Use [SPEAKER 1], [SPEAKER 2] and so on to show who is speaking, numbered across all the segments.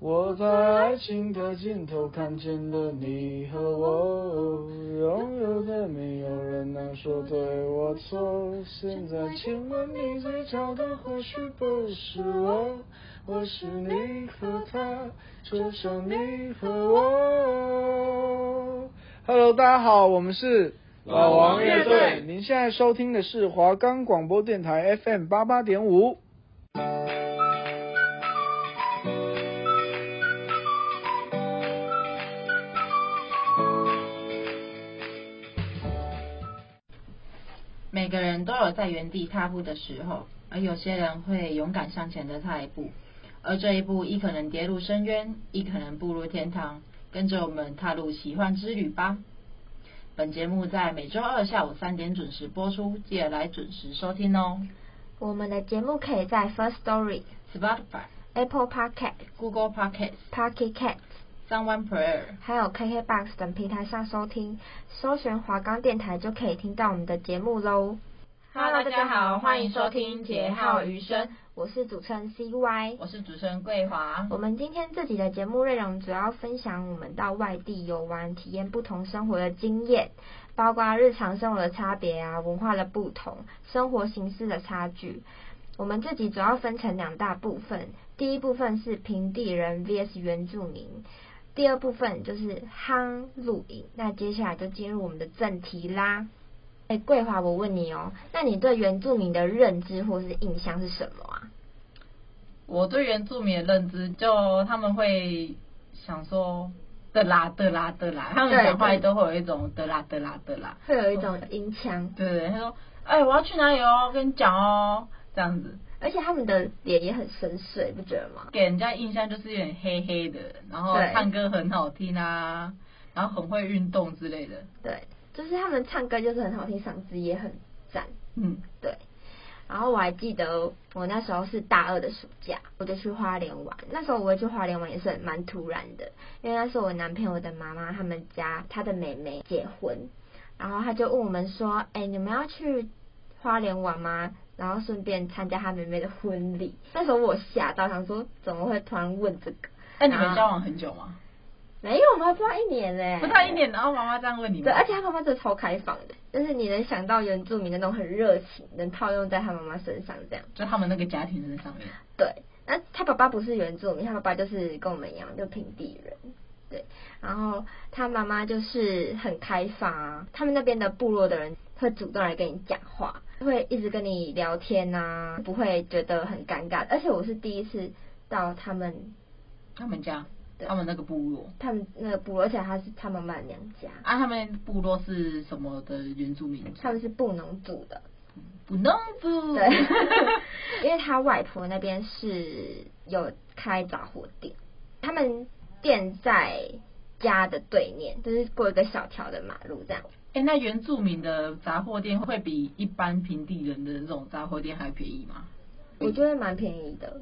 [SPEAKER 1] 我在爱情的尽头看见了你和我，拥有的没有人能说对我错。现在请问你最找的或许不是我，我是你和他，就像你和我。Hello，大家好，我们是
[SPEAKER 2] 老王乐队
[SPEAKER 1] 您现在收听的是华冈广播电台 FM 八八点五。
[SPEAKER 3] 每个人都有在原地踏步的时候，而有些人会勇敢向前的踏一步，而这一步亦可能跌入深渊，亦可能步入天堂。跟着我们踏入奇幻之旅吧！本节目在每周二下午三点准时播出，记得来准时收听哦。
[SPEAKER 2] 我们的节目可以在 First Story、
[SPEAKER 3] Spotify、
[SPEAKER 2] Apple Podcast、
[SPEAKER 3] Google Podcast、
[SPEAKER 2] Pocket Cast、
[SPEAKER 3] Someone Prayer，
[SPEAKER 2] 还有 KKBox 等平台上收听，搜寻华冈电台就可以听到我们的节目喽。
[SPEAKER 3] Hello，大家好欢迎收听杰浩余生，
[SPEAKER 2] 我是主持人 CY。
[SPEAKER 3] 我是主持人桂华。
[SPEAKER 2] 我们今天这集的节目内容主要分享我们到外地游玩、体验不同生活的经验，包括日常生活的差别啊、文化的不同、生活形式的差距。我们这集主要分成两大部分，第一部分是平地人 VS 原住民，第二部分就是夯露营。那接下来就进入我们的正题啦。哎，桂华，我问你哦，那你对原住民的认知或是印象是什么啊？
[SPEAKER 3] 我对原住民的认知，就他们会想说的啦的啦的啦，他们
[SPEAKER 2] 对
[SPEAKER 3] 讲话
[SPEAKER 2] 对
[SPEAKER 3] 都会有一种的啦的啦的啦。
[SPEAKER 2] 会有一种音腔，
[SPEAKER 3] 对对，他说，哎、我要去哪里哦，跟你讲哦，这样子，
[SPEAKER 2] 而且他们的脸也很深邃，你不觉得吗？
[SPEAKER 3] 给人家印象就是有点黑黑的，然后
[SPEAKER 2] 对
[SPEAKER 3] 唱歌很好听啊，然后很会运动之类的，
[SPEAKER 2] 对，就是他们唱歌就是很好听，嗓子也很赞。
[SPEAKER 3] 嗯，
[SPEAKER 2] 对。然后我还记得我那时候是大二的暑假，我就去花莲玩。那时候我会去花莲玩也是很蛮突然的，因为那时候我男朋友的妈妈他们家他的妹妹结婚，然后他就问我们说：“哎，你们要去花莲玩吗？”然后顺便参加他妹妹的婚礼。那时候我吓到，想说怎么会突然问这个？
[SPEAKER 3] 那你们
[SPEAKER 2] 啊
[SPEAKER 3] 交往很久吗？
[SPEAKER 2] 没有，我们还不到一年嘞、
[SPEAKER 3] 不到一年，然后妈妈这样问你们，
[SPEAKER 2] 对，而且他妈妈真的超开放的，就是你能想到原住民那种很热情，能套用在他妈妈身上这样。
[SPEAKER 3] 就他们那个家庭身上面，
[SPEAKER 2] 对，那他爸爸不是原住民，他爸爸就是跟我们一样，就平地人。对，然后他妈妈就是很开放啊，他们那边的部落的人会主动来跟你讲话，会一直跟你聊天呐、不会觉得很尴尬。而且我是第一次到他们
[SPEAKER 3] 他们家，
[SPEAKER 2] 对
[SPEAKER 3] 他们那个部落，
[SPEAKER 2] 他们那个部落，而且他是他妈妈的娘家，
[SPEAKER 3] 啊，他们部落是什么的原住民？
[SPEAKER 2] 他们是布农族的，
[SPEAKER 3] 不弄不，
[SPEAKER 2] 对，因为他外婆那边是有开杂货店，他们店在家的对面，就是过一个小条的马路这样。
[SPEAKER 3] 哎、那原住民的杂货店会比一般平地人的那种杂货店还便宜吗？嗯
[SPEAKER 2] 我觉得蛮便宜的，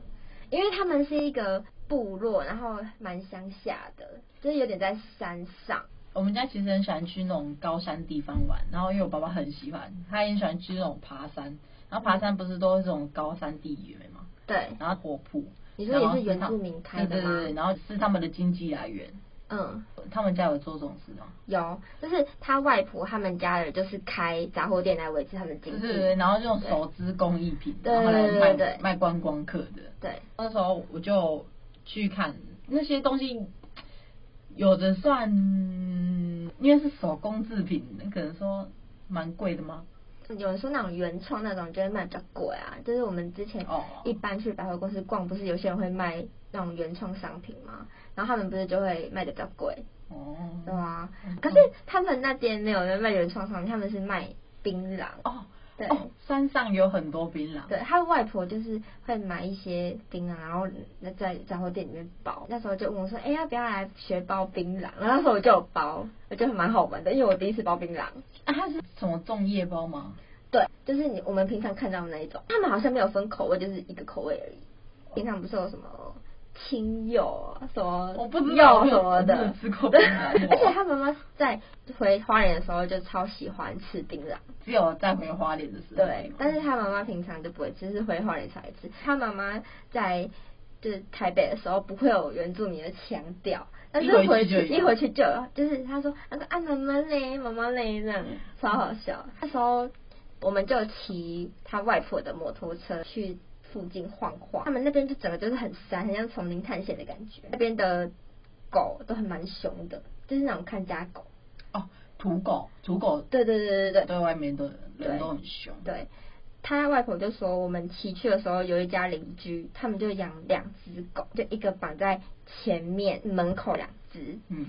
[SPEAKER 2] 因为他们是一个部落，然后蛮乡下的，就是有点在山上。
[SPEAKER 3] 我们家其实很喜欢去那种高山地方玩，然后因为我爸爸很喜欢，他也很喜欢去那种爬山，然后爬山不是都是这种高山地缘嘛，
[SPEAKER 2] 对，
[SPEAKER 3] 然后火铺，
[SPEAKER 2] 你说也是原住民开的
[SPEAKER 3] 对对对对，
[SPEAKER 2] 吗？
[SPEAKER 3] 然后是他们的经济来源，
[SPEAKER 2] 嗯，
[SPEAKER 3] 他们家有做这种事吗？
[SPEAKER 2] 有，就是他外婆他们家人就是开杂货店来维持他们
[SPEAKER 3] 对
[SPEAKER 2] 经
[SPEAKER 3] 对
[SPEAKER 2] 济。
[SPEAKER 3] 对，对然后这种手织工艺品，
[SPEAKER 2] 对
[SPEAKER 3] 然后来
[SPEAKER 2] 对对
[SPEAKER 3] 卖
[SPEAKER 2] 对对
[SPEAKER 3] 卖观光客的，
[SPEAKER 2] 对
[SPEAKER 3] 那时候我就去看那些东西，有的算，嗯因为是手工制品，可能说蛮贵的吗？
[SPEAKER 2] 有人说那种原创那种就会卖比较贵啊，就是我们之前
[SPEAKER 3] 哦
[SPEAKER 2] 一般去百货公司逛，不是有些人会卖那种原创商品吗？然后他们不是就会卖的比较贵，
[SPEAKER 3] 哦，
[SPEAKER 2] 对啊
[SPEAKER 3] 嗯。
[SPEAKER 2] 可是他们那边没有人卖原创商品，他们是卖槟榔。
[SPEAKER 3] 哦，
[SPEAKER 2] 对、
[SPEAKER 3] 哦，山上有很多槟榔，
[SPEAKER 2] 对，他的外婆就是会买一些槟榔，然后在杂货店里面包。那时候就问我说：“哎，要不要来学包槟榔？”然后那时候我就有包，我觉得蛮好玩的，因为我第一次包槟榔。
[SPEAKER 3] 啊，它是什么粽叶包吗？
[SPEAKER 2] 对，就是你我们平常看到的那一种，他们好像没有分口味，就是一个口味而已。平常不是有什么青柚啊、什么
[SPEAKER 3] 我不知道
[SPEAKER 2] 柚什么
[SPEAKER 3] 我没有
[SPEAKER 2] 的，
[SPEAKER 3] 吃过
[SPEAKER 2] 对
[SPEAKER 3] 槟榔我
[SPEAKER 2] 而且他妈妈在回花莲的时候就超喜欢吃槟榔，
[SPEAKER 3] 只有再回花莲的时候可以
[SPEAKER 2] 对
[SPEAKER 3] 吗，，
[SPEAKER 2] 但是他妈妈平常就不会吃，是回花莲才会吃。他妈妈在就是台北的时候不会有原住民的腔调，但是
[SPEAKER 3] 一回去
[SPEAKER 2] 回
[SPEAKER 3] 就有
[SPEAKER 2] 一回去就有，就是他说那个啊妈妈嘞，妈妈嘞这样，超好笑。那时候我们就骑他外婆的摩托车去附近晃晃，他们那边就整个就是很山，很像丛林探险的感觉。那边的狗都很蛮凶的，就是那种看家狗。
[SPEAKER 3] 哦，土狗，土狗
[SPEAKER 2] 对对对对对
[SPEAKER 3] 对外面的人
[SPEAKER 2] 对
[SPEAKER 3] 都很凶。
[SPEAKER 2] 对，他外婆就说，我们骑去的时候有一家邻居，他们就养两只狗，就一个绑在前面门口两只，
[SPEAKER 3] 嗯，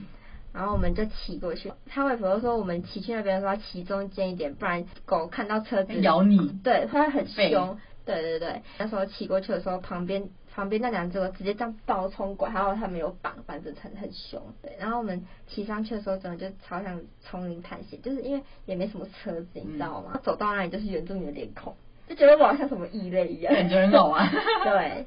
[SPEAKER 2] 然后我们就骑过去。他外婆就说，我们骑去那边的时候要骑中间一点，不然狗看到车子
[SPEAKER 3] 会哎咬你。
[SPEAKER 2] 对，它会很
[SPEAKER 3] 吠
[SPEAKER 2] 凶。对对对，那时候骑过去的时候，旁边旁边那两只狗直接这样倒冲过来，还好它没有绑，反正很很凶。对，然后我们骑上去的时候，真的就超像丛林探险，就是因为也没什么车子，
[SPEAKER 3] 嗯
[SPEAKER 2] 你知道吗？走到那里就是原住民的脸孔，就觉得我好像什么异类一样，
[SPEAKER 3] 感觉很好玩
[SPEAKER 2] 对，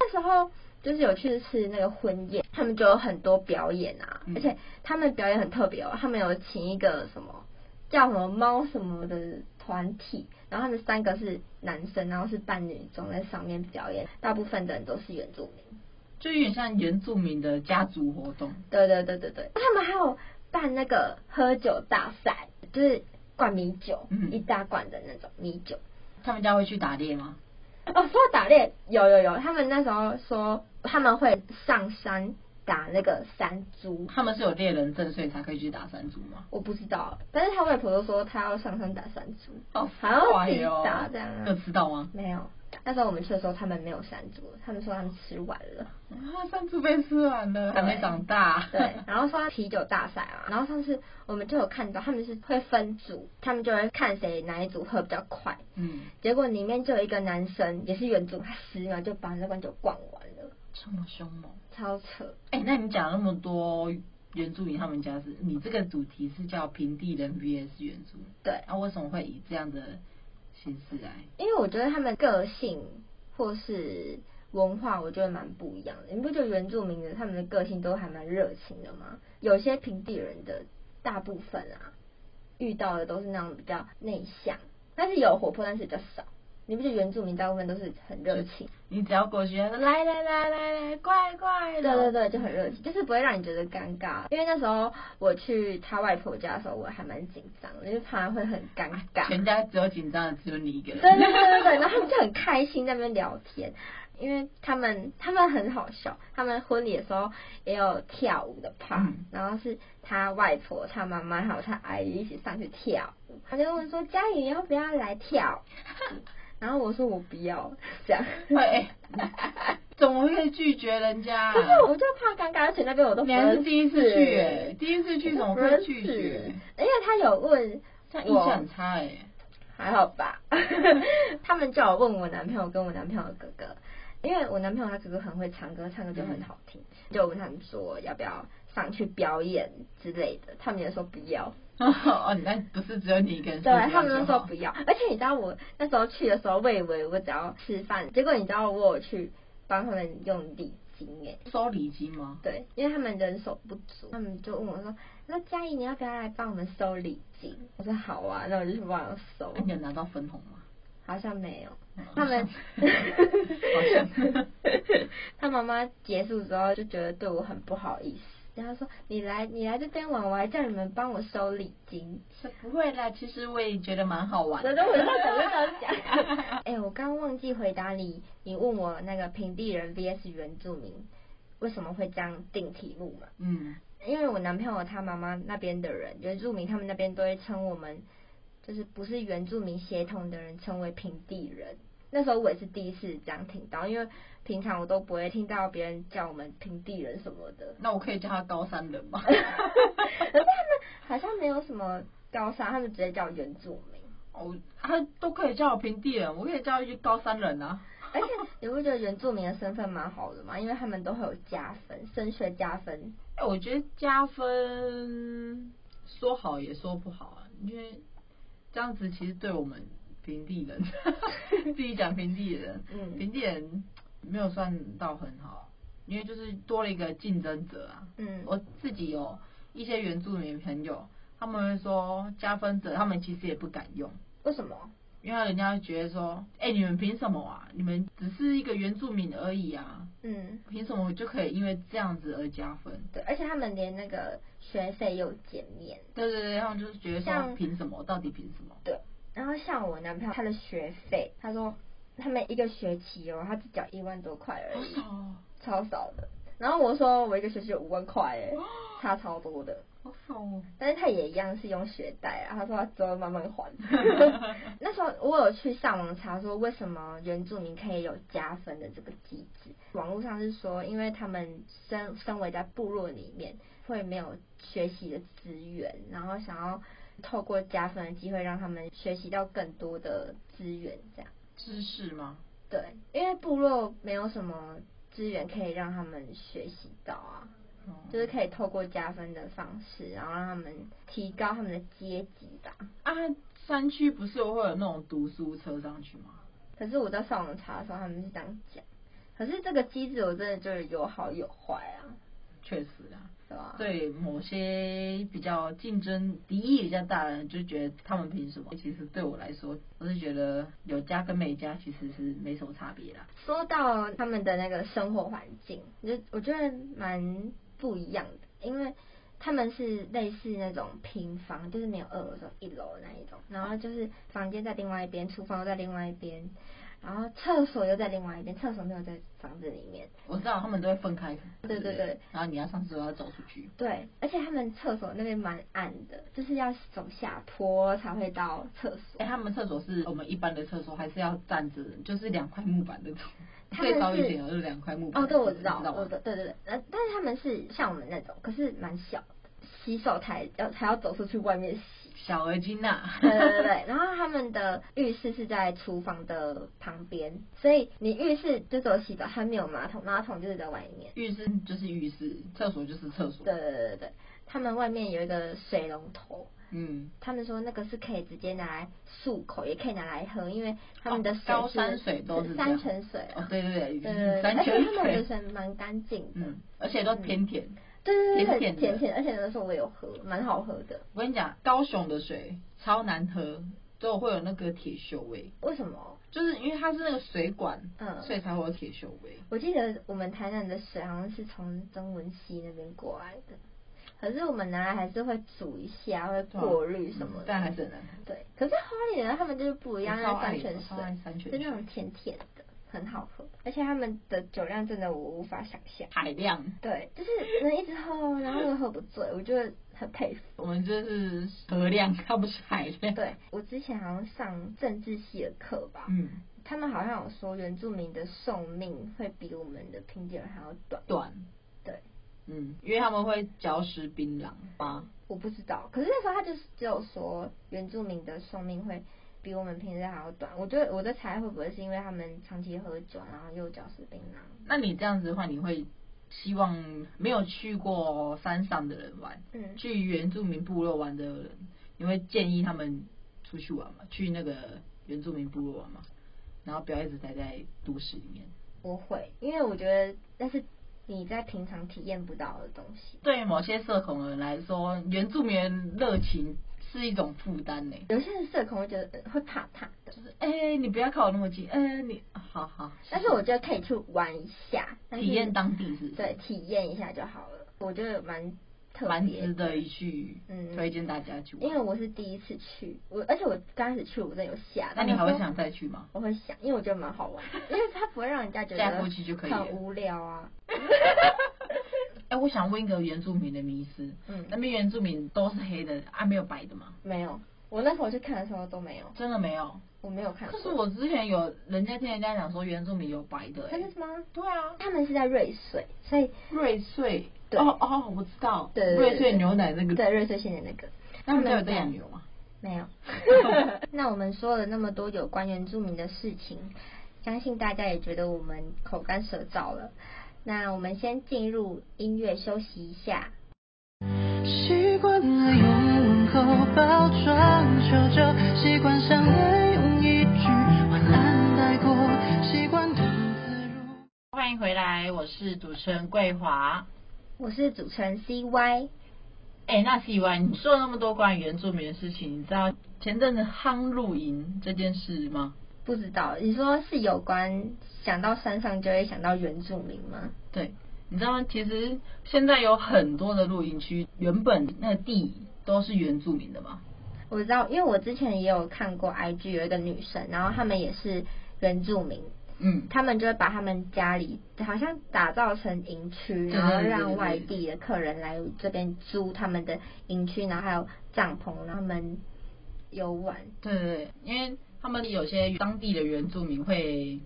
[SPEAKER 2] 那时候就是有去吃那个婚宴，他们就有很多表演啊，
[SPEAKER 3] 嗯
[SPEAKER 2] 而且他们表演很特别哦，他们有请一个什么叫什么猫什么的团体，然后他们三个是男生，然后是扮女装在上面表演，大部分的人都是原住民。
[SPEAKER 3] 就有点像原住民的家族活动。
[SPEAKER 2] 对对对对对，他们还有办那个喝酒大赛，就是灌米酒，
[SPEAKER 3] 嗯
[SPEAKER 2] 一大罐的那种米酒。
[SPEAKER 3] 他们家会去打猎吗？
[SPEAKER 2] 哦，说到打猎，有有有，他们那时候说他们会上山打那个山猪，
[SPEAKER 3] 他们是有猎人证，所以才可以去打山猪吗？
[SPEAKER 2] 我不知道，但是他外婆都说他要上山打山猪，
[SPEAKER 3] 好
[SPEAKER 2] 还要自
[SPEAKER 3] 坏
[SPEAKER 2] 己
[SPEAKER 3] 哦
[SPEAKER 2] 打这样啊
[SPEAKER 3] 有吃到吗？
[SPEAKER 2] 没有。那时候我们去的时候，他们没有山猪，他们说他们吃完了，
[SPEAKER 3] 啊，山猪被吃完了，呃还没长大。
[SPEAKER 2] 对。然后说到啤酒大赛啊，然后上次我们就有看到他们是会分组，他们就会看谁哪一组喝比较快，
[SPEAKER 3] 嗯，
[SPEAKER 2] 结果里面就有一个男生也是原主，他十秒就把那罐酒灌完了，
[SPEAKER 3] 这么凶猛。
[SPEAKER 2] 超扯。
[SPEAKER 3] 哎、那你讲那么多原住民他们家是，你这个主题是叫平地人 VS 原住民，
[SPEAKER 2] 对，
[SPEAKER 3] 那、为什么会以这样的形式来？
[SPEAKER 2] 因为我觉得他们个性或是文化，我觉得蛮不一样的。你不觉得原住民的他们的个性都还蛮热情的吗？有些平地人的大部分啊，遇到的都是那种比较内向，但是有活泼，但是比较少。你不觉得原住民大部分都是很热情？
[SPEAKER 3] 你只要过去，他说来来来来来，乖乖
[SPEAKER 2] 对对
[SPEAKER 3] 的，
[SPEAKER 2] 对，就很热情，就是不会让你觉得尴尬。因为那时候我去他外婆家的时候，我还蛮紧张的，因为怕会很尴尬。
[SPEAKER 3] 全家只有紧张的只有你一个人。
[SPEAKER 2] 对对对对对，然后他们就很开心在那边聊天，因为他们他们很好笑，他们婚礼的时候也有跳舞的 part，、
[SPEAKER 3] 嗯
[SPEAKER 2] 然后是他外婆、他妈妈还有他阿姨一起上去跳舞，他就问说佳宇要不要来跳 舞，然后我说我不要，这样，
[SPEAKER 3] 会、 哎怎么会拒绝人家、
[SPEAKER 2] 可是我就怕尴尬，而且那边我都不
[SPEAKER 3] 你还
[SPEAKER 2] 认识
[SPEAKER 3] 是第一次去、哎，第一次去怎
[SPEAKER 2] 我
[SPEAKER 3] 么
[SPEAKER 2] 不
[SPEAKER 3] 会
[SPEAKER 2] 认
[SPEAKER 3] 拒
[SPEAKER 2] 识
[SPEAKER 3] 绝？，
[SPEAKER 2] 因为他有问
[SPEAKER 3] 这样印
[SPEAKER 2] 我
[SPEAKER 3] 象很差哎、
[SPEAKER 2] 欸还好吧。 他们叫我问我男朋友跟我男朋友的哥哥，因为我男朋友他哥哥很会唱歌，唱歌就很好听，就问他们说要不要上去表演之类的，他们也说不要，
[SPEAKER 3] 哦，那不是只有你一个人去
[SPEAKER 2] 对
[SPEAKER 3] 这样就
[SPEAKER 2] 他
[SPEAKER 3] 好？
[SPEAKER 2] 们都说不要。而且你知道我那时候去的时候，我以为我只要吃饭，结果你知道我有去帮他们用礼金哎、
[SPEAKER 3] 收礼金吗？
[SPEAKER 2] 对，因为他们人手不足，他们就问我说：“那佳怡，你要不要来帮我们收礼金？”我说：“好啊，那我就去帮他收。
[SPEAKER 3] 那你有拿到分红吗？”
[SPEAKER 2] 好像没有， 他
[SPEAKER 3] 好
[SPEAKER 2] 们
[SPEAKER 3] 像， 好像
[SPEAKER 2] 他妈妈结束之后就觉得对我很不好意思，然后说你来你来这边玩，我还叫你们帮我收礼金。
[SPEAKER 3] 是不会啦，其实我也觉得蛮好玩
[SPEAKER 2] 然后我就在整个都讲， 哎、我刚刚忘记回答你，你问我那个平地人 VS 原住民为什么会这样定题目嘛？
[SPEAKER 3] 嗯，
[SPEAKER 2] 因为我男朋友他妈妈那边的人，原住民他们那边都会称我们，就是不是原住民协同的人称为平地人。那时候我也是第一次这样听到，因为平常我都不会听到别人叫我们平地人什么的，
[SPEAKER 3] 那我可以叫他高山人吗？
[SPEAKER 2] 好像没有什么高山，他们直接叫原住民。
[SPEAKER 3] 哦，他都可以叫我平地人，我可以叫他去高山人啊。
[SPEAKER 2] 而且你不觉得原住民的身份蛮好的吗？因为他们都会有加分，升学加分。
[SPEAKER 3] 哎、我觉得加分说好也说不好啊，因为这样子其实对我们平地人， 自己讲平地人，
[SPEAKER 2] 嗯
[SPEAKER 3] 平地人没有算到很好，因为就是多了一个竞争者啊。
[SPEAKER 2] 嗯，
[SPEAKER 3] 我自己有一些原住民朋友，他们会说加分者，他们其实也不敢用，
[SPEAKER 2] 为什么？
[SPEAKER 3] 因因为人家会觉得说，哎、你们凭什么啊？你们只是一个原住民而已啊，
[SPEAKER 2] 嗯，
[SPEAKER 3] 凭什么就可以因为这样子而加分？
[SPEAKER 2] 对，而且他们连那个学费又减免。
[SPEAKER 3] 对对对，他们就是觉得说，
[SPEAKER 2] 像
[SPEAKER 3] 凭什么？到底凭什么？
[SPEAKER 2] 对，然后像我男朋友他的学费，他说他们一个学期哦，他只缴一万多块而
[SPEAKER 3] 好
[SPEAKER 2] 已，
[SPEAKER 3] 少哦，
[SPEAKER 2] 超少的。然后我说我一个学期有五万块哎
[SPEAKER 3] 哇，
[SPEAKER 2] 差超多的。
[SPEAKER 3] 好少哦。
[SPEAKER 2] 但是他也一样是用学贷啊，他说他之后慢慢还。那时候我有去上网查说为什么原住民可以有加分的这个机制，网络上是说因为他们身身为在部落里面会没有学习的资源，然后想要透过加分的机会让他们学习到更多的资源，这样
[SPEAKER 3] 知识吗？
[SPEAKER 2] 对，因为部落没有什么资源可以让他们学习到啊。
[SPEAKER 3] 哦
[SPEAKER 2] 就是可以透过加分的方式，然后让他们提高他们的阶级吧。
[SPEAKER 3] 啊，山区不是会有那种读书车上去吗？
[SPEAKER 2] 可是我在上网查的时候，他们是这样讲。可是这个机制我真的就是有好有坏啊，
[SPEAKER 3] 确实啦，
[SPEAKER 2] 对吧？，
[SPEAKER 3] 对某些比较竞争敌意比较大的人，就觉得他们凭什么？其实对我来说，我是觉得有加跟没加其实是没什么差别啦。
[SPEAKER 2] 说到他们的那个生活环境，就我觉得蛮不一样的，因为他们是类似那种平房，就是没有二楼，只有一楼那一种，然后就是房间在另外一边，厨房又在另外一边，然后厕所又在另外一边，厕所没有在房子里面。
[SPEAKER 3] 我知道他们都会分开，
[SPEAKER 2] 对对对，
[SPEAKER 3] 然后你要上厕所要走出去，
[SPEAKER 2] 对，而且他们厕所那边蛮暗的，就是要走下坡才会到厕所
[SPEAKER 3] 哎、。他们厕所是我们一般的厕所，还是要站着，就是两块木板的，
[SPEAKER 2] 他们
[SPEAKER 3] 最高一
[SPEAKER 2] 是
[SPEAKER 3] 点就是两块木板
[SPEAKER 2] 哦，
[SPEAKER 3] 的
[SPEAKER 2] 对，
[SPEAKER 3] 厕所。
[SPEAKER 2] 我知道
[SPEAKER 3] 你知，道
[SPEAKER 2] 我
[SPEAKER 3] 吗
[SPEAKER 2] 的，对对对，呃，但是他们是像我们那种，可是蛮小的，洗手台要还要走出去外面 洗。
[SPEAKER 3] 小而精呐，
[SPEAKER 2] 对对对对，然后他们的浴室是在厨房的旁边，所以你浴室就只有洗澡，它没有马桶，马桶就是在外面。
[SPEAKER 3] 浴室就是浴室，厕所就是厕所。
[SPEAKER 2] 对对对对对，他们外面有一个水龙头，
[SPEAKER 3] 嗯，
[SPEAKER 2] 他们说那个是可以直接拿来漱口，也可以拿来喝，因为他们的水是、
[SPEAKER 3] 哦高山水都是这样
[SPEAKER 2] 山泉水、
[SPEAKER 3] 哦
[SPEAKER 2] 啊，
[SPEAKER 3] 对对
[SPEAKER 2] 对
[SPEAKER 3] 对，
[SPEAKER 2] 对对，
[SPEAKER 3] 山
[SPEAKER 2] 而且
[SPEAKER 3] 泉
[SPEAKER 2] 他们的
[SPEAKER 3] 水，
[SPEAKER 2] 水蛮干净的，
[SPEAKER 3] 嗯，而且都偏甜。
[SPEAKER 2] 对对对，
[SPEAKER 3] 甜
[SPEAKER 2] 甜
[SPEAKER 3] 甜的
[SPEAKER 2] 而且那时候我有喝，蛮好喝的。
[SPEAKER 3] 我跟你讲，高雄的水超难喝，都会有那个铁锈味，
[SPEAKER 2] 为什么？
[SPEAKER 3] 就是因为它是那个水管，
[SPEAKER 2] 嗯
[SPEAKER 3] 所以才会有铁锈味。
[SPEAKER 2] 我记得我们台南的水好像是从曾文溪那边过来的，可是我们拿来还是会煮一下，会呃过滤什么
[SPEAKER 3] 嗯
[SPEAKER 2] 的。
[SPEAKER 3] 但还是很难喝。
[SPEAKER 2] 对，可是花莲啊人他们就是不一样，
[SPEAKER 3] 我
[SPEAKER 2] 那
[SPEAKER 3] 超
[SPEAKER 2] 个山
[SPEAKER 3] 爱
[SPEAKER 2] 泉
[SPEAKER 3] 我超爱山
[SPEAKER 2] 水
[SPEAKER 3] 泉
[SPEAKER 2] 就那
[SPEAKER 3] 水
[SPEAKER 2] 种甜甜的，很好喝，而且他们的酒量真的我无法想象。
[SPEAKER 3] 海量，
[SPEAKER 2] 对，就是能一直喝，然后又喝不醉，我觉得很佩 服。
[SPEAKER 3] 我们就是河量，它不是海量。，
[SPEAKER 2] 对我之前好像上政治系的课吧，
[SPEAKER 3] 嗯，
[SPEAKER 2] 他们好像有说原住民的寿命会比我们的平地人还要短。
[SPEAKER 3] 短，
[SPEAKER 2] 对，
[SPEAKER 3] 嗯，因为他们会嚼食槟榔啊，
[SPEAKER 2] 我不知道，可是那时候他就是只有说原住民的寿命会比我们平时还要短。我觉得我在猜会不会是因为他们长期喝酒，然后又嚼啊食槟榔。
[SPEAKER 3] 那你这样子的话，你会希望没有去过山上的人玩，
[SPEAKER 2] 嗯
[SPEAKER 3] 去原住民部落玩的人，你会建议他们出去玩吗？去那个原住民部落玩吗？然后不要一直待在都市里面。
[SPEAKER 2] 我会，因为我觉得那是你在平常体验不到的东西。
[SPEAKER 3] 对于某些社恐的人来说，原住民的热情是一种负担呢。
[SPEAKER 2] 有些人社恐会觉得呃会怕怕的，
[SPEAKER 3] 就是，哎、你不要靠我那么近，哎、你好好。
[SPEAKER 2] 但是我觉得可以去玩一下，但是
[SPEAKER 3] 体验当地是
[SPEAKER 2] 对，体验一下就好了。我觉得蛮特
[SPEAKER 3] 蛮
[SPEAKER 2] 别
[SPEAKER 3] 值得
[SPEAKER 2] 的
[SPEAKER 3] 一去，
[SPEAKER 2] 嗯
[SPEAKER 3] 推荐大家去玩。
[SPEAKER 2] 因为我是第一次去，我而且我刚开始去我真的有吓。
[SPEAKER 3] 那你还
[SPEAKER 2] 我
[SPEAKER 3] 会
[SPEAKER 2] 说
[SPEAKER 3] 想？再去吗？
[SPEAKER 2] 我会想，因为我觉得蛮好玩的，因为它不会让人家觉得
[SPEAKER 3] 嫁过去就可以了
[SPEAKER 2] 很无聊啊。
[SPEAKER 3] 哎、我想问一个原住民的迷思，
[SPEAKER 2] 嗯
[SPEAKER 3] 那边原住民都是黑的啊，没有白的吗？
[SPEAKER 2] 没有，我那时候去看的时候都没有，
[SPEAKER 3] 真的没有。
[SPEAKER 2] 我没有看
[SPEAKER 3] 可
[SPEAKER 2] 过。
[SPEAKER 3] 是我之前有人家听人家讲说原住民有白的、
[SPEAKER 2] 真
[SPEAKER 3] 欸
[SPEAKER 2] 的，是吗？
[SPEAKER 3] 对啊，
[SPEAKER 2] 他们是在瑞穗，所以
[SPEAKER 3] 瑞穗，
[SPEAKER 2] 对
[SPEAKER 3] 哦哦，我知道，
[SPEAKER 2] 对对对
[SPEAKER 3] 瑞穗牛奶那个，
[SPEAKER 2] 对瑞穗县的那个，
[SPEAKER 3] 那你们家有
[SPEAKER 2] 在
[SPEAKER 3] 在养牛吗？
[SPEAKER 2] 没 有。那我们说了那么多有关原住民的事情，相信大家也觉得我们口干舌燥了。那我们先进入音乐休息一下。
[SPEAKER 4] 习惯了用问候包装求救，习惯相约用一句晚安带过，习惯懂得如。
[SPEAKER 3] 欢迎回来，我是主持人桂华。
[SPEAKER 2] 我是主持人 CY。
[SPEAKER 3] 哎、那是以外，你说了那么多关于原住民的事情，你知道前阵子夯露营这件事吗？
[SPEAKER 2] 不知道你说是有关想到山上就会想到原住民吗？
[SPEAKER 3] 对，你知道其实现在有很多的露营区，原本那个地都是原住民的嘛。
[SPEAKER 2] 我知道，因为我之前也有看过 IG 有一个女生，然后他们也是原住民，
[SPEAKER 3] 嗯，
[SPEAKER 2] 他们就会把他们家里好像打造成营区，
[SPEAKER 3] 对
[SPEAKER 2] 然后
[SPEAKER 3] 对对对
[SPEAKER 2] 让
[SPEAKER 3] 对
[SPEAKER 2] 外地的客人来这边租他们的营区，然后还有帐篷，让他们游玩。
[SPEAKER 3] 对对对，因为他们有些当地的原住民会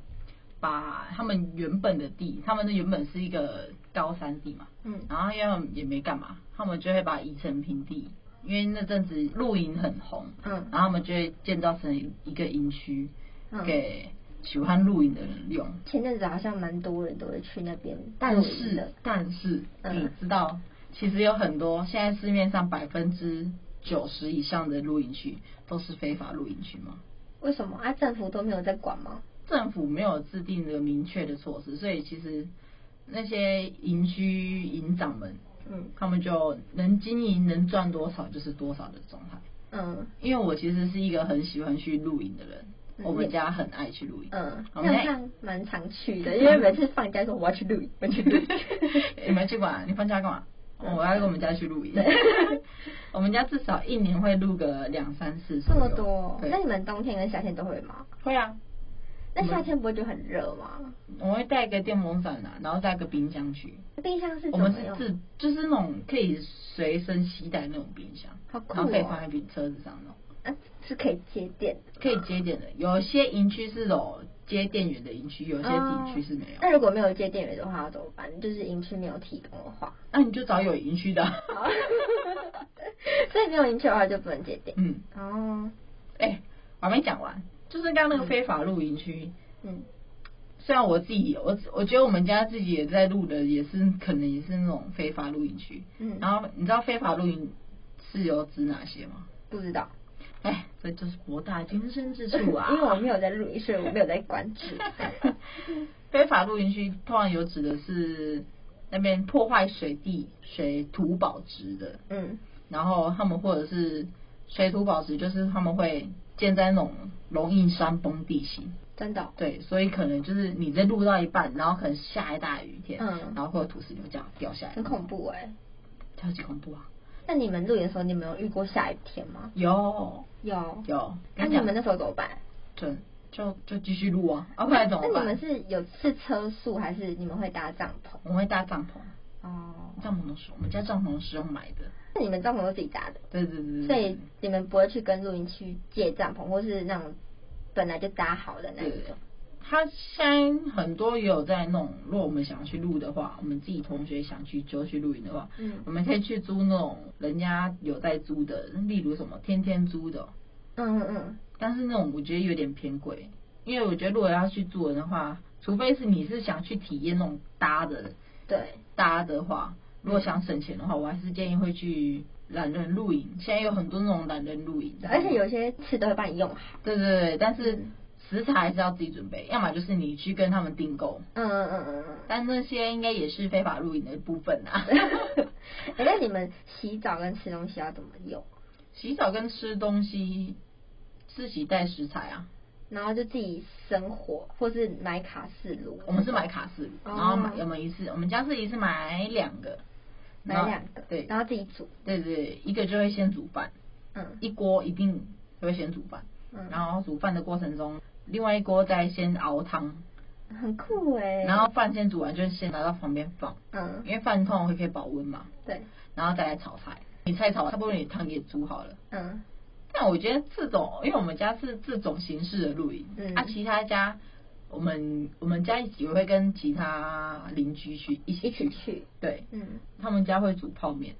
[SPEAKER 3] 把他们原本的地，他们的原本是一个高山地嘛，
[SPEAKER 2] 嗯，
[SPEAKER 3] 然后因为他们也没干嘛，他们就会把它移成平地，因为那阵子露营很红，
[SPEAKER 2] 嗯
[SPEAKER 3] 然后他们就会建造成一个营区
[SPEAKER 2] 嗯
[SPEAKER 3] 给喜欢露营的人用。
[SPEAKER 2] 前阵子好像蛮多人都会去那边露
[SPEAKER 3] 但
[SPEAKER 2] 营
[SPEAKER 3] 哦是
[SPEAKER 2] 的，，
[SPEAKER 3] 但是、
[SPEAKER 2] 嗯
[SPEAKER 3] 你知道，其实有很多现在市面上百分之九十以上的露营区都是非法露营区吗？
[SPEAKER 2] 为什么啊？政府都没有在管吗？
[SPEAKER 3] 政府没有制定的明确的措施，所以其实那些营区营长们，
[SPEAKER 2] 嗯
[SPEAKER 3] 他们就能经营能赚多少就是多少的状态。
[SPEAKER 2] 嗯
[SPEAKER 3] 因为我其实是一个很喜欢去露营的人，
[SPEAKER 2] 嗯
[SPEAKER 3] 我们家很爱去露营。
[SPEAKER 2] 嗯，
[SPEAKER 3] 我
[SPEAKER 2] 那
[SPEAKER 3] 们
[SPEAKER 2] 好
[SPEAKER 3] 家。
[SPEAKER 2] 像蛮常去的，因为每次放假说我要去露营，我要去露营
[SPEAKER 3] 你们去管？你放假干嘛？
[SPEAKER 2] 嗯
[SPEAKER 3] 我要跟我们家去露营
[SPEAKER 2] 对。
[SPEAKER 3] 我们家至少一年会露个两三次
[SPEAKER 2] 这
[SPEAKER 3] 左右。
[SPEAKER 2] 么多？
[SPEAKER 3] 对
[SPEAKER 2] 那你们冬天跟夏天都会吗？
[SPEAKER 3] 会啊，
[SPEAKER 2] 那
[SPEAKER 3] 我们
[SPEAKER 2] 夏天不会就很热吗？
[SPEAKER 3] 我会带个电风扇啊，然后带个冰箱去。
[SPEAKER 2] 冰箱是
[SPEAKER 3] 我
[SPEAKER 2] 怎
[SPEAKER 3] 们
[SPEAKER 2] 么
[SPEAKER 3] 是
[SPEAKER 2] 用？
[SPEAKER 3] 自就是那种可以随身携带那种冰箱，
[SPEAKER 2] 好酷哦
[SPEAKER 3] 然后可以放在冰车子上那种，
[SPEAKER 2] 啊，是可以接电的。
[SPEAKER 3] 可以接电的。有些营区是有接电源的营区，有些地区是没有。
[SPEAKER 2] 啊那如果没有接电源的话要怎么办？就是营区没有提供的 话，
[SPEAKER 3] 那你就找有营区的啊。
[SPEAKER 2] 所以没有营区的话就不能接电。
[SPEAKER 3] 嗯，
[SPEAKER 2] 哦，
[SPEAKER 3] 哎、我还没讲完，就是刚刚那个非法露营区，
[SPEAKER 2] 嗯
[SPEAKER 3] 虽然我自己我我觉得我们家自己也在录的，也是可能也是那种非法露营区。
[SPEAKER 2] 嗯，
[SPEAKER 3] 然后你知道非法露营是有指哪些吗？
[SPEAKER 2] 不知道，
[SPEAKER 3] 哎，这就是博大精深之处啊！
[SPEAKER 2] 因为我没有在录音，所以我没有在关 注。
[SPEAKER 3] 非法露营区通常有指的是那边破坏水地、水土保值的，
[SPEAKER 2] 嗯
[SPEAKER 3] 然后他们或者是水土保值，就是他们会建在那种容易山崩地形，
[SPEAKER 2] 真的哦、
[SPEAKER 3] 对，所以可能就是你在路到一半，然后可能下一大雨天，
[SPEAKER 2] 嗯
[SPEAKER 3] 然后会有土石流这样掉下来，
[SPEAKER 2] 很恐，怖哎、
[SPEAKER 3] 超级恐怖啊！
[SPEAKER 2] 那你们录影的时候，你们有遇过下雨天吗？
[SPEAKER 3] 有
[SPEAKER 2] 有。
[SPEAKER 3] 有，
[SPEAKER 2] 那、
[SPEAKER 3] 跟
[SPEAKER 2] 你
[SPEAKER 3] 讲
[SPEAKER 2] 们那时候怎么办？
[SPEAKER 3] 准就就继续录啊，啊不然怎么
[SPEAKER 2] 那你
[SPEAKER 3] 办
[SPEAKER 2] 们？是有是车速，还是你们会搭帐篷？
[SPEAKER 3] 我会搭帐篷，
[SPEAKER 2] 哦，
[SPEAKER 3] 帐篷都是我们家帐篷是用买的，
[SPEAKER 2] 那你们帐篷都自己搭的，
[SPEAKER 3] 对对对对，
[SPEAKER 2] 所
[SPEAKER 3] 对
[SPEAKER 2] 以你们不会去跟露营区借帐篷，或是那种本来就搭好的那
[SPEAKER 3] 对
[SPEAKER 2] 一
[SPEAKER 3] 对
[SPEAKER 2] 种。
[SPEAKER 3] 他现在很多也有在弄，如果我们想要去录的话，我们自己同学想去就去露营的话，
[SPEAKER 2] 嗯
[SPEAKER 3] 我们可以去租那种人家有在租的，例如什么天天租的哦，
[SPEAKER 2] 嗯嗯嗯，
[SPEAKER 3] 但是那种我觉得有点偏贵，因为我觉得如果要去住的话，除非是你是想去体验那种搭的
[SPEAKER 2] 对，
[SPEAKER 3] 搭的话，如果想省钱的话，我还是建议会去懒人露营，现在有很多那种懒人露营，
[SPEAKER 2] 而且有些吃都会帮你用好。
[SPEAKER 3] 对对对，但是食材还是要自己准备，要么就是你去跟他们订购，
[SPEAKER 2] 嗯嗯嗯嗯嗯。
[SPEAKER 3] 但那些应该也是非法露营的部分啊。
[SPEAKER 2] 哎、那你们洗澡跟吃东西要怎么用？
[SPEAKER 3] 洗澡跟吃东西，自己带食材啊。
[SPEAKER 2] 然后就自己生火，或是买卡式炉。
[SPEAKER 3] 我们是买卡式炉，
[SPEAKER 2] 哦
[SPEAKER 3] 然后买我们一次，我们家是一次买两个，
[SPEAKER 2] 买
[SPEAKER 3] 然后
[SPEAKER 2] 两个，
[SPEAKER 3] 对
[SPEAKER 2] 然后自己煮。
[SPEAKER 3] 对对对，一个就会先煮饭，
[SPEAKER 2] 嗯
[SPEAKER 3] 一锅一定会先煮饭，
[SPEAKER 2] 嗯，
[SPEAKER 3] 然后煮饭的过程中，另外一锅再先熬汤，
[SPEAKER 2] 很酷哎、
[SPEAKER 3] 嗯然后饭先煮完就先拿到旁边放，
[SPEAKER 2] 嗯，
[SPEAKER 3] 因为饭通常会可以保温嘛，
[SPEAKER 2] 对，
[SPEAKER 3] 然后再来炒菜。你菜炒差不多，你汤也煮好了。
[SPEAKER 2] 嗯
[SPEAKER 3] 但我觉得这种，因为我们家是这种形式的露营，
[SPEAKER 2] 嗯
[SPEAKER 3] 啊，其他家我们我们家也会跟其他邻居去一起
[SPEAKER 2] 一起
[SPEAKER 3] 去，
[SPEAKER 2] 去。
[SPEAKER 3] 对
[SPEAKER 2] 嗯，
[SPEAKER 3] 他们家会煮泡面，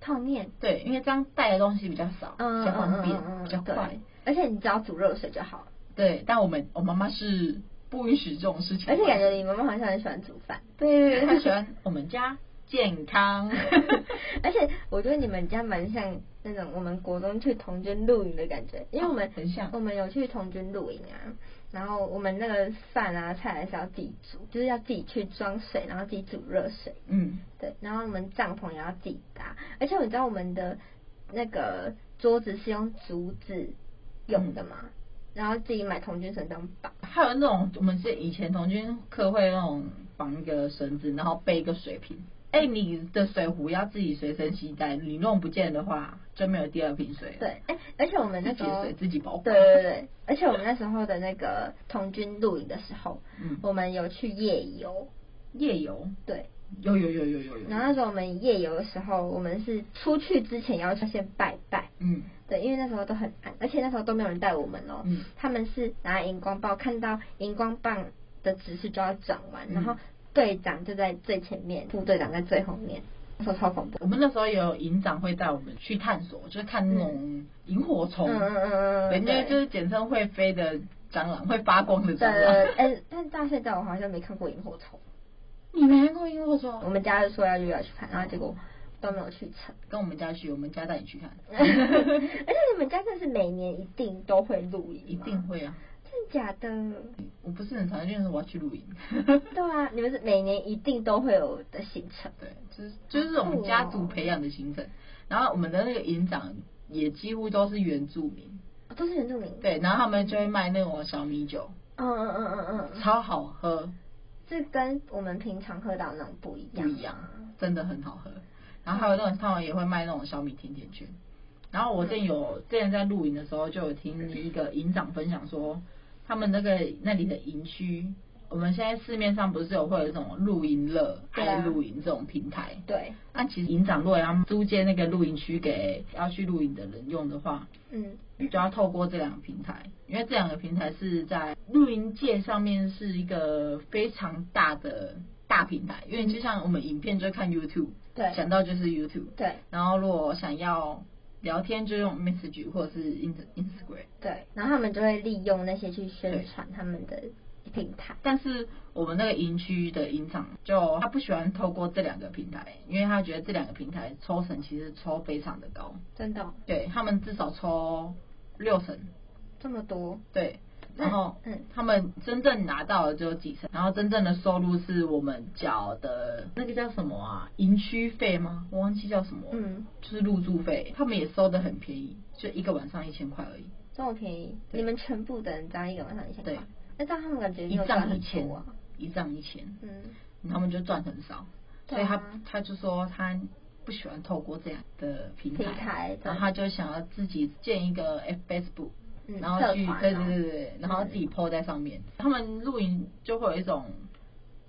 [SPEAKER 2] 泡面。
[SPEAKER 3] 对，因为这样带的东西比较少，
[SPEAKER 2] 嗯，
[SPEAKER 3] 比较方便，
[SPEAKER 2] 嗯嗯嗯嗯
[SPEAKER 3] 比较快
[SPEAKER 2] 对，而且你只要煮热水就好了。
[SPEAKER 3] 对。但我们我妈妈是不允许这种事情发
[SPEAKER 2] 而
[SPEAKER 3] 生，
[SPEAKER 2] 且感觉你妈妈好像很喜欢煮饭，
[SPEAKER 3] 对，她喜欢我们家健康，
[SPEAKER 2] 而且我觉得你们家蛮像那种我们国中去童军露营的感觉，因为我们、
[SPEAKER 3] 哦很像
[SPEAKER 2] 我们有去童军露营啊，然后我们那个饭啊菜还是要自己煮，就是要自己去装水，然后自己煮热水，
[SPEAKER 3] 嗯，
[SPEAKER 2] 对，然后我们帐篷也要自己搭，而且我知道我们的那个桌子是用竹子用的嘛，
[SPEAKER 3] 嗯
[SPEAKER 2] 然后自己买童军绳当绑。
[SPEAKER 3] 还有那种我们是以前童军课会那种绑一个绳子，然后背一个水瓶。哎、你的水壶要自己随身携带，你弄不见的话就没有第二瓶水了。
[SPEAKER 2] 对，哎、而且我们那时
[SPEAKER 3] 自己的
[SPEAKER 2] 候
[SPEAKER 3] 水自己保
[SPEAKER 2] 对
[SPEAKER 3] 管。
[SPEAKER 2] 对对，而且我们那时候的那个童军露营的时候，
[SPEAKER 3] 嗯
[SPEAKER 2] 我们有去夜游，
[SPEAKER 3] 夜游，
[SPEAKER 2] 对。
[SPEAKER 3] 有有有有有有。
[SPEAKER 2] 然后那时候我们夜游的时候，我们是出去之前要先拜拜，
[SPEAKER 3] 嗯，
[SPEAKER 2] 对，因为那时候都很暗，而且那时候都没有人带我们哦。
[SPEAKER 3] 嗯
[SPEAKER 2] 他们是拿荧光棒，看到荧光棒的指示就要转弯，
[SPEAKER 3] 嗯
[SPEAKER 2] 然后队长就在最前面，副队长在最后面，那时候超恐怖。
[SPEAKER 3] 我们那时候也有营长会带我们去探索，就是看那种萤火虫，
[SPEAKER 2] 嗯嗯嗯嗯，
[SPEAKER 3] 人家
[SPEAKER 2] 对
[SPEAKER 3] 就是简称会飞的蟑螂，会发光的
[SPEAKER 2] 对
[SPEAKER 3] 蟑
[SPEAKER 2] 对
[SPEAKER 3] 螂。
[SPEAKER 2] 对，哎，但到现在我好像没看过萤火虫。
[SPEAKER 3] 你没看过萤火
[SPEAKER 2] 我
[SPEAKER 3] 虫？
[SPEAKER 2] 们家就说要约要去看，然后结果都没有去成。
[SPEAKER 3] 跟我们家去，我们家带你去看，
[SPEAKER 2] 而且你们家真的是每年一定都会露营，
[SPEAKER 3] 一定，会啊！
[SPEAKER 2] 真的假的？
[SPEAKER 3] 我不是很常见，我要去露营。
[SPEAKER 2] 对啊，你们是每年一定都会有的行程。
[SPEAKER 3] 对，就是就是这种家族培养的行程。然后我们的那个营长也几乎都是原住民，
[SPEAKER 2] 哦都是原住民。，
[SPEAKER 3] 对，然后他们就会卖那种小米酒，
[SPEAKER 2] 嗯嗯嗯嗯嗯，
[SPEAKER 3] 超好喝，
[SPEAKER 2] 这跟我们平常喝到的那种不一样。
[SPEAKER 3] 不一样，真的很好喝。然后还有那种他们也会卖那种小米甜甜圈。然后我之前有之前在露营的时候，就有听一个营长分享说，他们那个那里的营区，我们现在市面上不是有会有这种露营乐、
[SPEAKER 2] 对啊
[SPEAKER 3] 爱露营这种平台，
[SPEAKER 2] 对，
[SPEAKER 3] 那其实营长如果要租借那个露营区给要去露营的人用的话，
[SPEAKER 2] 嗯，
[SPEAKER 3] 就要透过这两个平台，因为这两个平台是在露营界上面是一个非常大的大平台，因为就像我们影片就看 YouTube，
[SPEAKER 2] 对
[SPEAKER 3] 想到就是 YouTube，
[SPEAKER 2] 对
[SPEAKER 3] 然后如果想要聊天就用 Message 或者是 Ins Instagram，
[SPEAKER 2] 对，然后他们就会利用那些去宣传他们的平台。
[SPEAKER 3] 但是我们那个营区的营长就他不喜欢透过这两个平台，因为他觉得这两个平台抽成其实抽非常的高。
[SPEAKER 2] 真的哦、
[SPEAKER 3] 对他们至少抽六成，
[SPEAKER 2] 这么多？
[SPEAKER 3] 对，
[SPEAKER 2] 那
[SPEAKER 3] 然后
[SPEAKER 2] 嗯
[SPEAKER 3] 他们真正拿到的只有几成，然后真正的收入是我们缴的那个叫什么啊？营区费吗？我忘记叫什么，
[SPEAKER 2] 嗯，
[SPEAKER 3] 就是入住费，他们也收的很便宜，就一个晚上一千块而已，
[SPEAKER 2] 这么便宜？
[SPEAKER 3] 对
[SPEAKER 2] 你们全部的人这样一个晚上一千块
[SPEAKER 3] 对？
[SPEAKER 2] 那这样他们感觉没
[SPEAKER 3] 一
[SPEAKER 2] 有赚
[SPEAKER 3] 仗一
[SPEAKER 2] 很
[SPEAKER 3] 千
[SPEAKER 2] 多啊？，
[SPEAKER 3] 一仗一千，
[SPEAKER 2] 嗯，
[SPEAKER 3] 他们就赚很少，所以
[SPEAKER 2] 对
[SPEAKER 3] 他
[SPEAKER 2] 啊
[SPEAKER 3] 他就说他不喜欢透过这样的平台，
[SPEAKER 2] 平台对
[SPEAKER 3] 然后他就想要自己建一个 F Facebook，、
[SPEAKER 2] 嗯
[SPEAKER 3] 然后
[SPEAKER 2] 社
[SPEAKER 3] 去
[SPEAKER 2] 团
[SPEAKER 3] 对
[SPEAKER 2] 哦
[SPEAKER 3] 对对对，然后自己 PO 在上面。他们露营就会有一种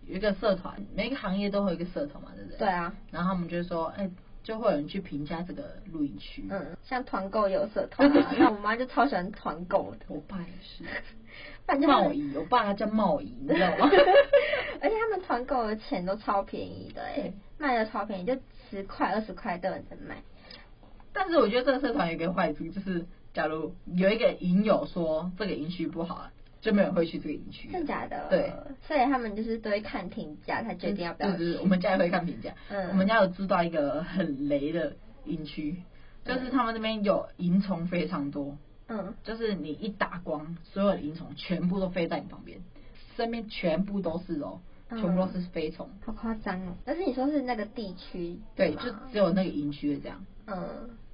[SPEAKER 3] 有一个社团，每个行业都会有一个社团嘛，对不对？
[SPEAKER 2] 对啊。
[SPEAKER 3] 然后他们就说，哎、就会有人去评价这个露营区。，
[SPEAKER 2] 嗯，像团购也有 社团啊，那我妈就超喜欢团购的，
[SPEAKER 3] 我爸也是
[SPEAKER 2] 反正 他
[SPEAKER 3] 茂
[SPEAKER 2] 们
[SPEAKER 3] 仪，我爸他叫茂仪，你知道吗？
[SPEAKER 2] 而且他们团购的钱都超便宜的、欸
[SPEAKER 3] 对，
[SPEAKER 2] 卖的超便宜，就十块二十块都有人在卖。
[SPEAKER 3] 但是我觉得这个社团有一个坏处，就是假如有一个营友说这个营区不好，就没有人会去这个营区。
[SPEAKER 2] 真假的？
[SPEAKER 3] 啊对，
[SPEAKER 2] 所以他们就是都会看评价才决定要不要
[SPEAKER 3] 对对对
[SPEAKER 2] 去。
[SPEAKER 3] 嗯我们家也会看评价。
[SPEAKER 2] 嗯
[SPEAKER 3] 我们家有知道一个很雷的营区，就是他们那边有蝇虫非常多，
[SPEAKER 2] 嗯，
[SPEAKER 3] 就是你一打光，所有的蝇虫全部都飞在你旁边，身边全部都是哦，
[SPEAKER 2] 嗯
[SPEAKER 3] 全部都是飞虫。
[SPEAKER 2] 好夸张哦！但是你说是那个地区
[SPEAKER 3] 对，
[SPEAKER 2] 吗
[SPEAKER 3] 就只有那个营区会这样。
[SPEAKER 2] 嗯，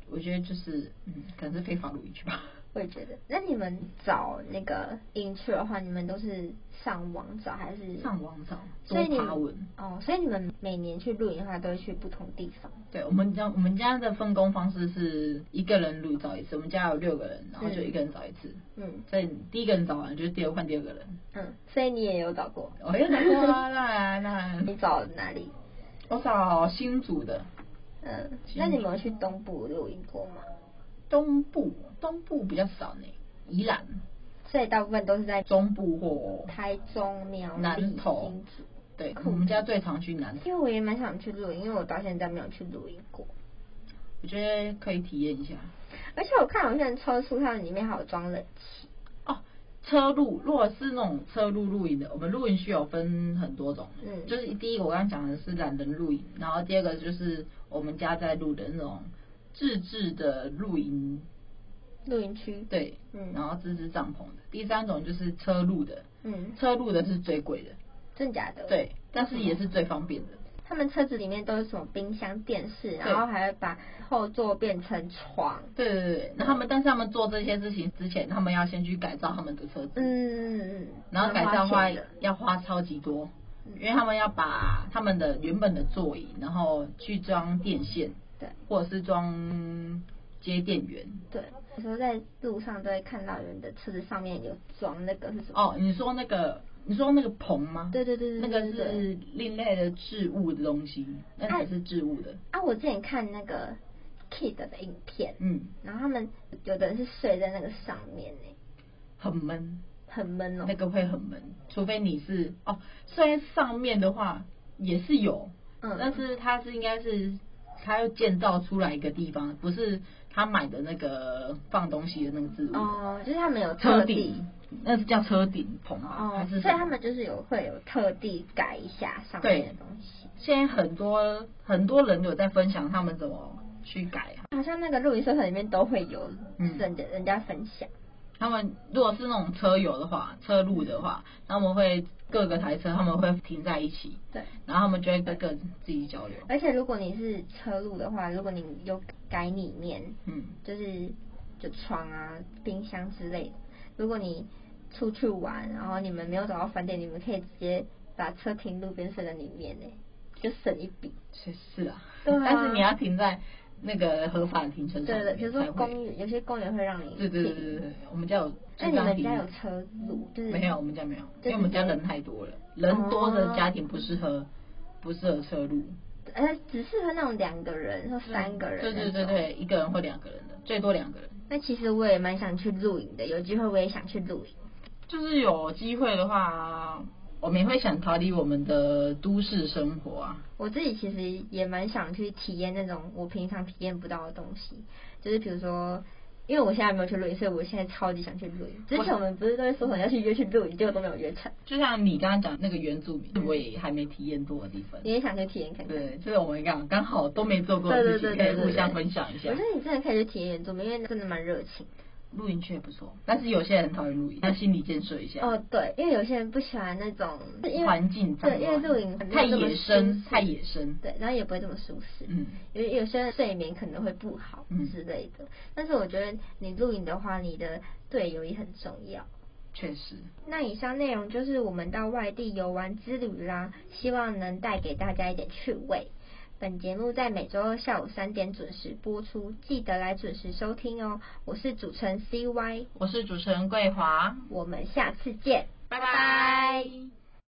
[SPEAKER 3] 我觉得就是，嗯，可能是非法入营区吧。
[SPEAKER 2] 我也觉得。那你们找那个营区的话，你们都是上网找还是？
[SPEAKER 3] 上网找
[SPEAKER 2] 所
[SPEAKER 3] 多
[SPEAKER 2] 以你
[SPEAKER 3] 爬文。
[SPEAKER 2] 哦，所以你们每年去露营的话，都会去不同地方。
[SPEAKER 3] 对我们家我们家的分工方式是一个人录找一次，我们家有六个人，然后就一个人找一次。
[SPEAKER 2] 嗯
[SPEAKER 3] 所以第一个人找完，就是第二换第二个人。
[SPEAKER 2] 嗯，所以你也有找过？
[SPEAKER 3] 我也找过啊，当然当然
[SPEAKER 2] 你，找哪里？
[SPEAKER 3] 我找新竹的
[SPEAKER 2] 嗯，
[SPEAKER 3] 新
[SPEAKER 2] 那你
[SPEAKER 3] 竹
[SPEAKER 2] 们有去东部露营过吗？
[SPEAKER 3] 东部，东部比较少呢，宜兰
[SPEAKER 2] 所以大部分都是在
[SPEAKER 3] 中部或
[SPEAKER 2] 台中、苗栗、
[SPEAKER 3] 南
[SPEAKER 2] 新
[SPEAKER 3] 投
[SPEAKER 2] 竹。
[SPEAKER 3] 对，我们家最常去南投，
[SPEAKER 2] 因为我也蛮想去露营，因为我到现在没有去露营过。
[SPEAKER 3] 我觉得可以体验一下。
[SPEAKER 2] 而且我看有些人车速，它里面还有装冷气。
[SPEAKER 3] 哦，车路如果是那种车路露营的，我们露营区有分很多种，
[SPEAKER 2] 嗯
[SPEAKER 3] 就是第一个我刚刚讲的是懒人露营，然后第二个就是我们家在录的那种自制的露营，
[SPEAKER 2] 露营区，
[SPEAKER 3] 对，
[SPEAKER 2] 嗯
[SPEAKER 3] 然后自制帐篷的，第三种就是车路的，
[SPEAKER 2] 嗯，
[SPEAKER 3] 车路的是最贵的，
[SPEAKER 2] 真假的？
[SPEAKER 3] 对，但是也是最方便的。
[SPEAKER 2] 他们车子里面都是什么冰箱、电视，
[SPEAKER 3] 对
[SPEAKER 2] 然后还会把后座变成床。
[SPEAKER 3] 对对对，那他
[SPEAKER 2] 嗯
[SPEAKER 3] 们但是他们做这些事情之前，他们要先去改造他们的车子，
[SPEAKER 2] 嗯嗯嗯，
[SPEAKER 3] 然后改造
[SPEAKER 2] 蛮花
[SPEAKER 3] 花
[SPEAKER 2] 钱的嗯
[SPEAKER 3] 要花超级多，因为他们要把他们的原本的座椅，然后去装电线，
[SPEAKER 2] 对
[SPEAKER 3] 或者是装接电源。
[SPEAKER 2] 对，有时候在路上都会看到人的车子上面有装那个是什么？
[SPEAKER 3] 哦，你说那个，你说那个棚吗？
[SPEAKER 2] 对对对对
[SPEAKER 3] 那
[SPEAKER 2] 对
[SPEAKER 3] 个
[SPEAKER 2] 对对
[SPEAKER 3] 是另类的置物的东西，那才是置物的。
[SPEAKER 2] 啊，我之前看那个 Kid 的影片，
[SPEAKER 3] 嗯，
[SPEAKER 2] 然后他们有的人是睡在那个上面呢、
[SPEAKER 3] 很闷，
[SPEAKER 2] 很闷哦、
[SPEAKER 3] 那个会很闷，除非你是哦，虽然上面的话也是有，
[SPEAKER 2] 嗯
[SPEAKER 3] 但是它是应该是它要建造出来一个地方，不是他买的那个放东西的那个置物。
[SPEAKER 2] 哦，就是他们有
[SPEAKER 3] 车
[SPEAKER 2] 特地
[SPEAKER 3] 顶，那是叫车顶棚啊，
[SPEAKER 2] 哦
[SPEAKER 3] 还，是
[SPEAKER 2] 所以
[SPEAKER 3] 什么
[SPEAKER 2] 他们就是有会有特地改一下上面的东西。
[SPEAKER 3] 现在很多很多人有在分享他们怎么去改啊。
[SPEAKER 2] 好像那个露营社团里面都会有
[SPEAKER 3] 嗯
[SPEAKER 2] 人家、人家分享，
[SPEAKER 3] 他们如果是那种车友的话，车路的话，他们会各个台车他们会停在一起，
[SPEAKER 2] 对。
[SPEAKER 3] 然后他们就会跟各自己交流。
[SPEAKER 2] 而且如果你是车路的话，如果你有改里面，
[SPEAKER 3] 嗯，
[SPEAKER 2] 就是就床啊、冰箱之类的，如果你出去玩，然后你们没有找到饭店，你们可以直接把车停路边睡在里面呢、就省一笔。
[SPEAKER 3] 是是啊，
[SPEAKER 2] 对啊
[SPEAKER 3] 但是你要停在那个合法的停车场，
[SPEAKER 2] 对对，比如说公
[SPEAKER 3] 寓，
[SPEAKER 2] 园，有些公园会让你
[SPEAKER 3] 对对对对
[SPEAKER 2] 停。
[SPEAKER 3] 对，我们家有，
[SPEAKER 2] 那你
[SPEAKER 3] 就这样
[SPEAKER 2] 们
[SPEAKER 3] 停
[SPEAKER 2] 家有车路？就是
[SPEAKER 3] 没有，我们家没有，
[SPEAKER 2] 就
[SPEAKER 3] 因为我们
[SPEAKER 2] 直
[SPEAKER 3] 家
[SPEAKER 2] 接
[SPEAKER 3] 人太多了，人多的
[SPEAKER 2] 哦
[SPEAKER 3] 家庭不适合，不适合车路。
[SPEAKER 2] 呃，只适合那种两个人或三个人。
[SPEAKER 3] 对对对。对，一个人或两个人的，最多两个人。
[SPEAKER 2] 那其实我也蛮想去露营的，有机会我也想去露营。
[SPEAKER 3] 就是有机会的话，我们也会想逃离我们的都市生活啊。
[SPEAKER 2] 我自己其实也蛮想去体验那种我平常体验不到的东西，就是比如说，因为我现在没有去露营，所以我现在超级想去露营。之前我们不是都会说很要去约去露营，结果都没有约成。
[SPEAKER 3] 就像你刚刚讲那个原住民，我也还没体验过的地方。
[SPEAKER 2] 你也想去体验看看？
[SPEAKER 3] 对，就是我们刚刚好都没做过
[SPEAKER 2] 对对
[SPEAKER 3] 的
[SPEAKER 2] 对
[SPEAKER 3] 事情，可
[SPEAKER 2] 对
[SPEAKER 3] 以
[SPEAKER 2] 对，
[SPEAKER 3] 互相分享一下
[SPEAKER 2] 我觉。得你真的可以去体验原住民，因为真的蛮热情。
[SPEAKER 3] 露营区也不错，但是有些人很讨厌露营，要心理建设一下。
[SPEAKER 2] 哦，对，因为有些人不喜欢那种因为
[SPEAKER 3] 环境脏
[SPEAKER 2] 对，因为
[SPEAKER 3] 乱
[SPEAKER 2] 露营
[SPEAKER 3] 太野生，太野生。
[SPEAKER 2] 对，然后也不会这么舒适。
[SPEAKER 3] 嗯，
[SPEAKER 2] 有有些人睡眠可能会不好
[SPEAKER 3] 嗯
[SPEAKER 2] 之类的。但是我觉得你露营的话，你的队友也很重要。
[SPEAKER 3] 确实。
[SPEAKER 2] 那以上内容就是我们到外地游玩之旅啦，希望能带给大家一点趣味。本节目在每周二下午三点准时播出，记得来准时收听哦。我是主持人 CY，
[SPEAKER 3] 我是主持人桂华，
[SPEAKER 2] 我们下次见，
[SPEAKER 3] 拜拜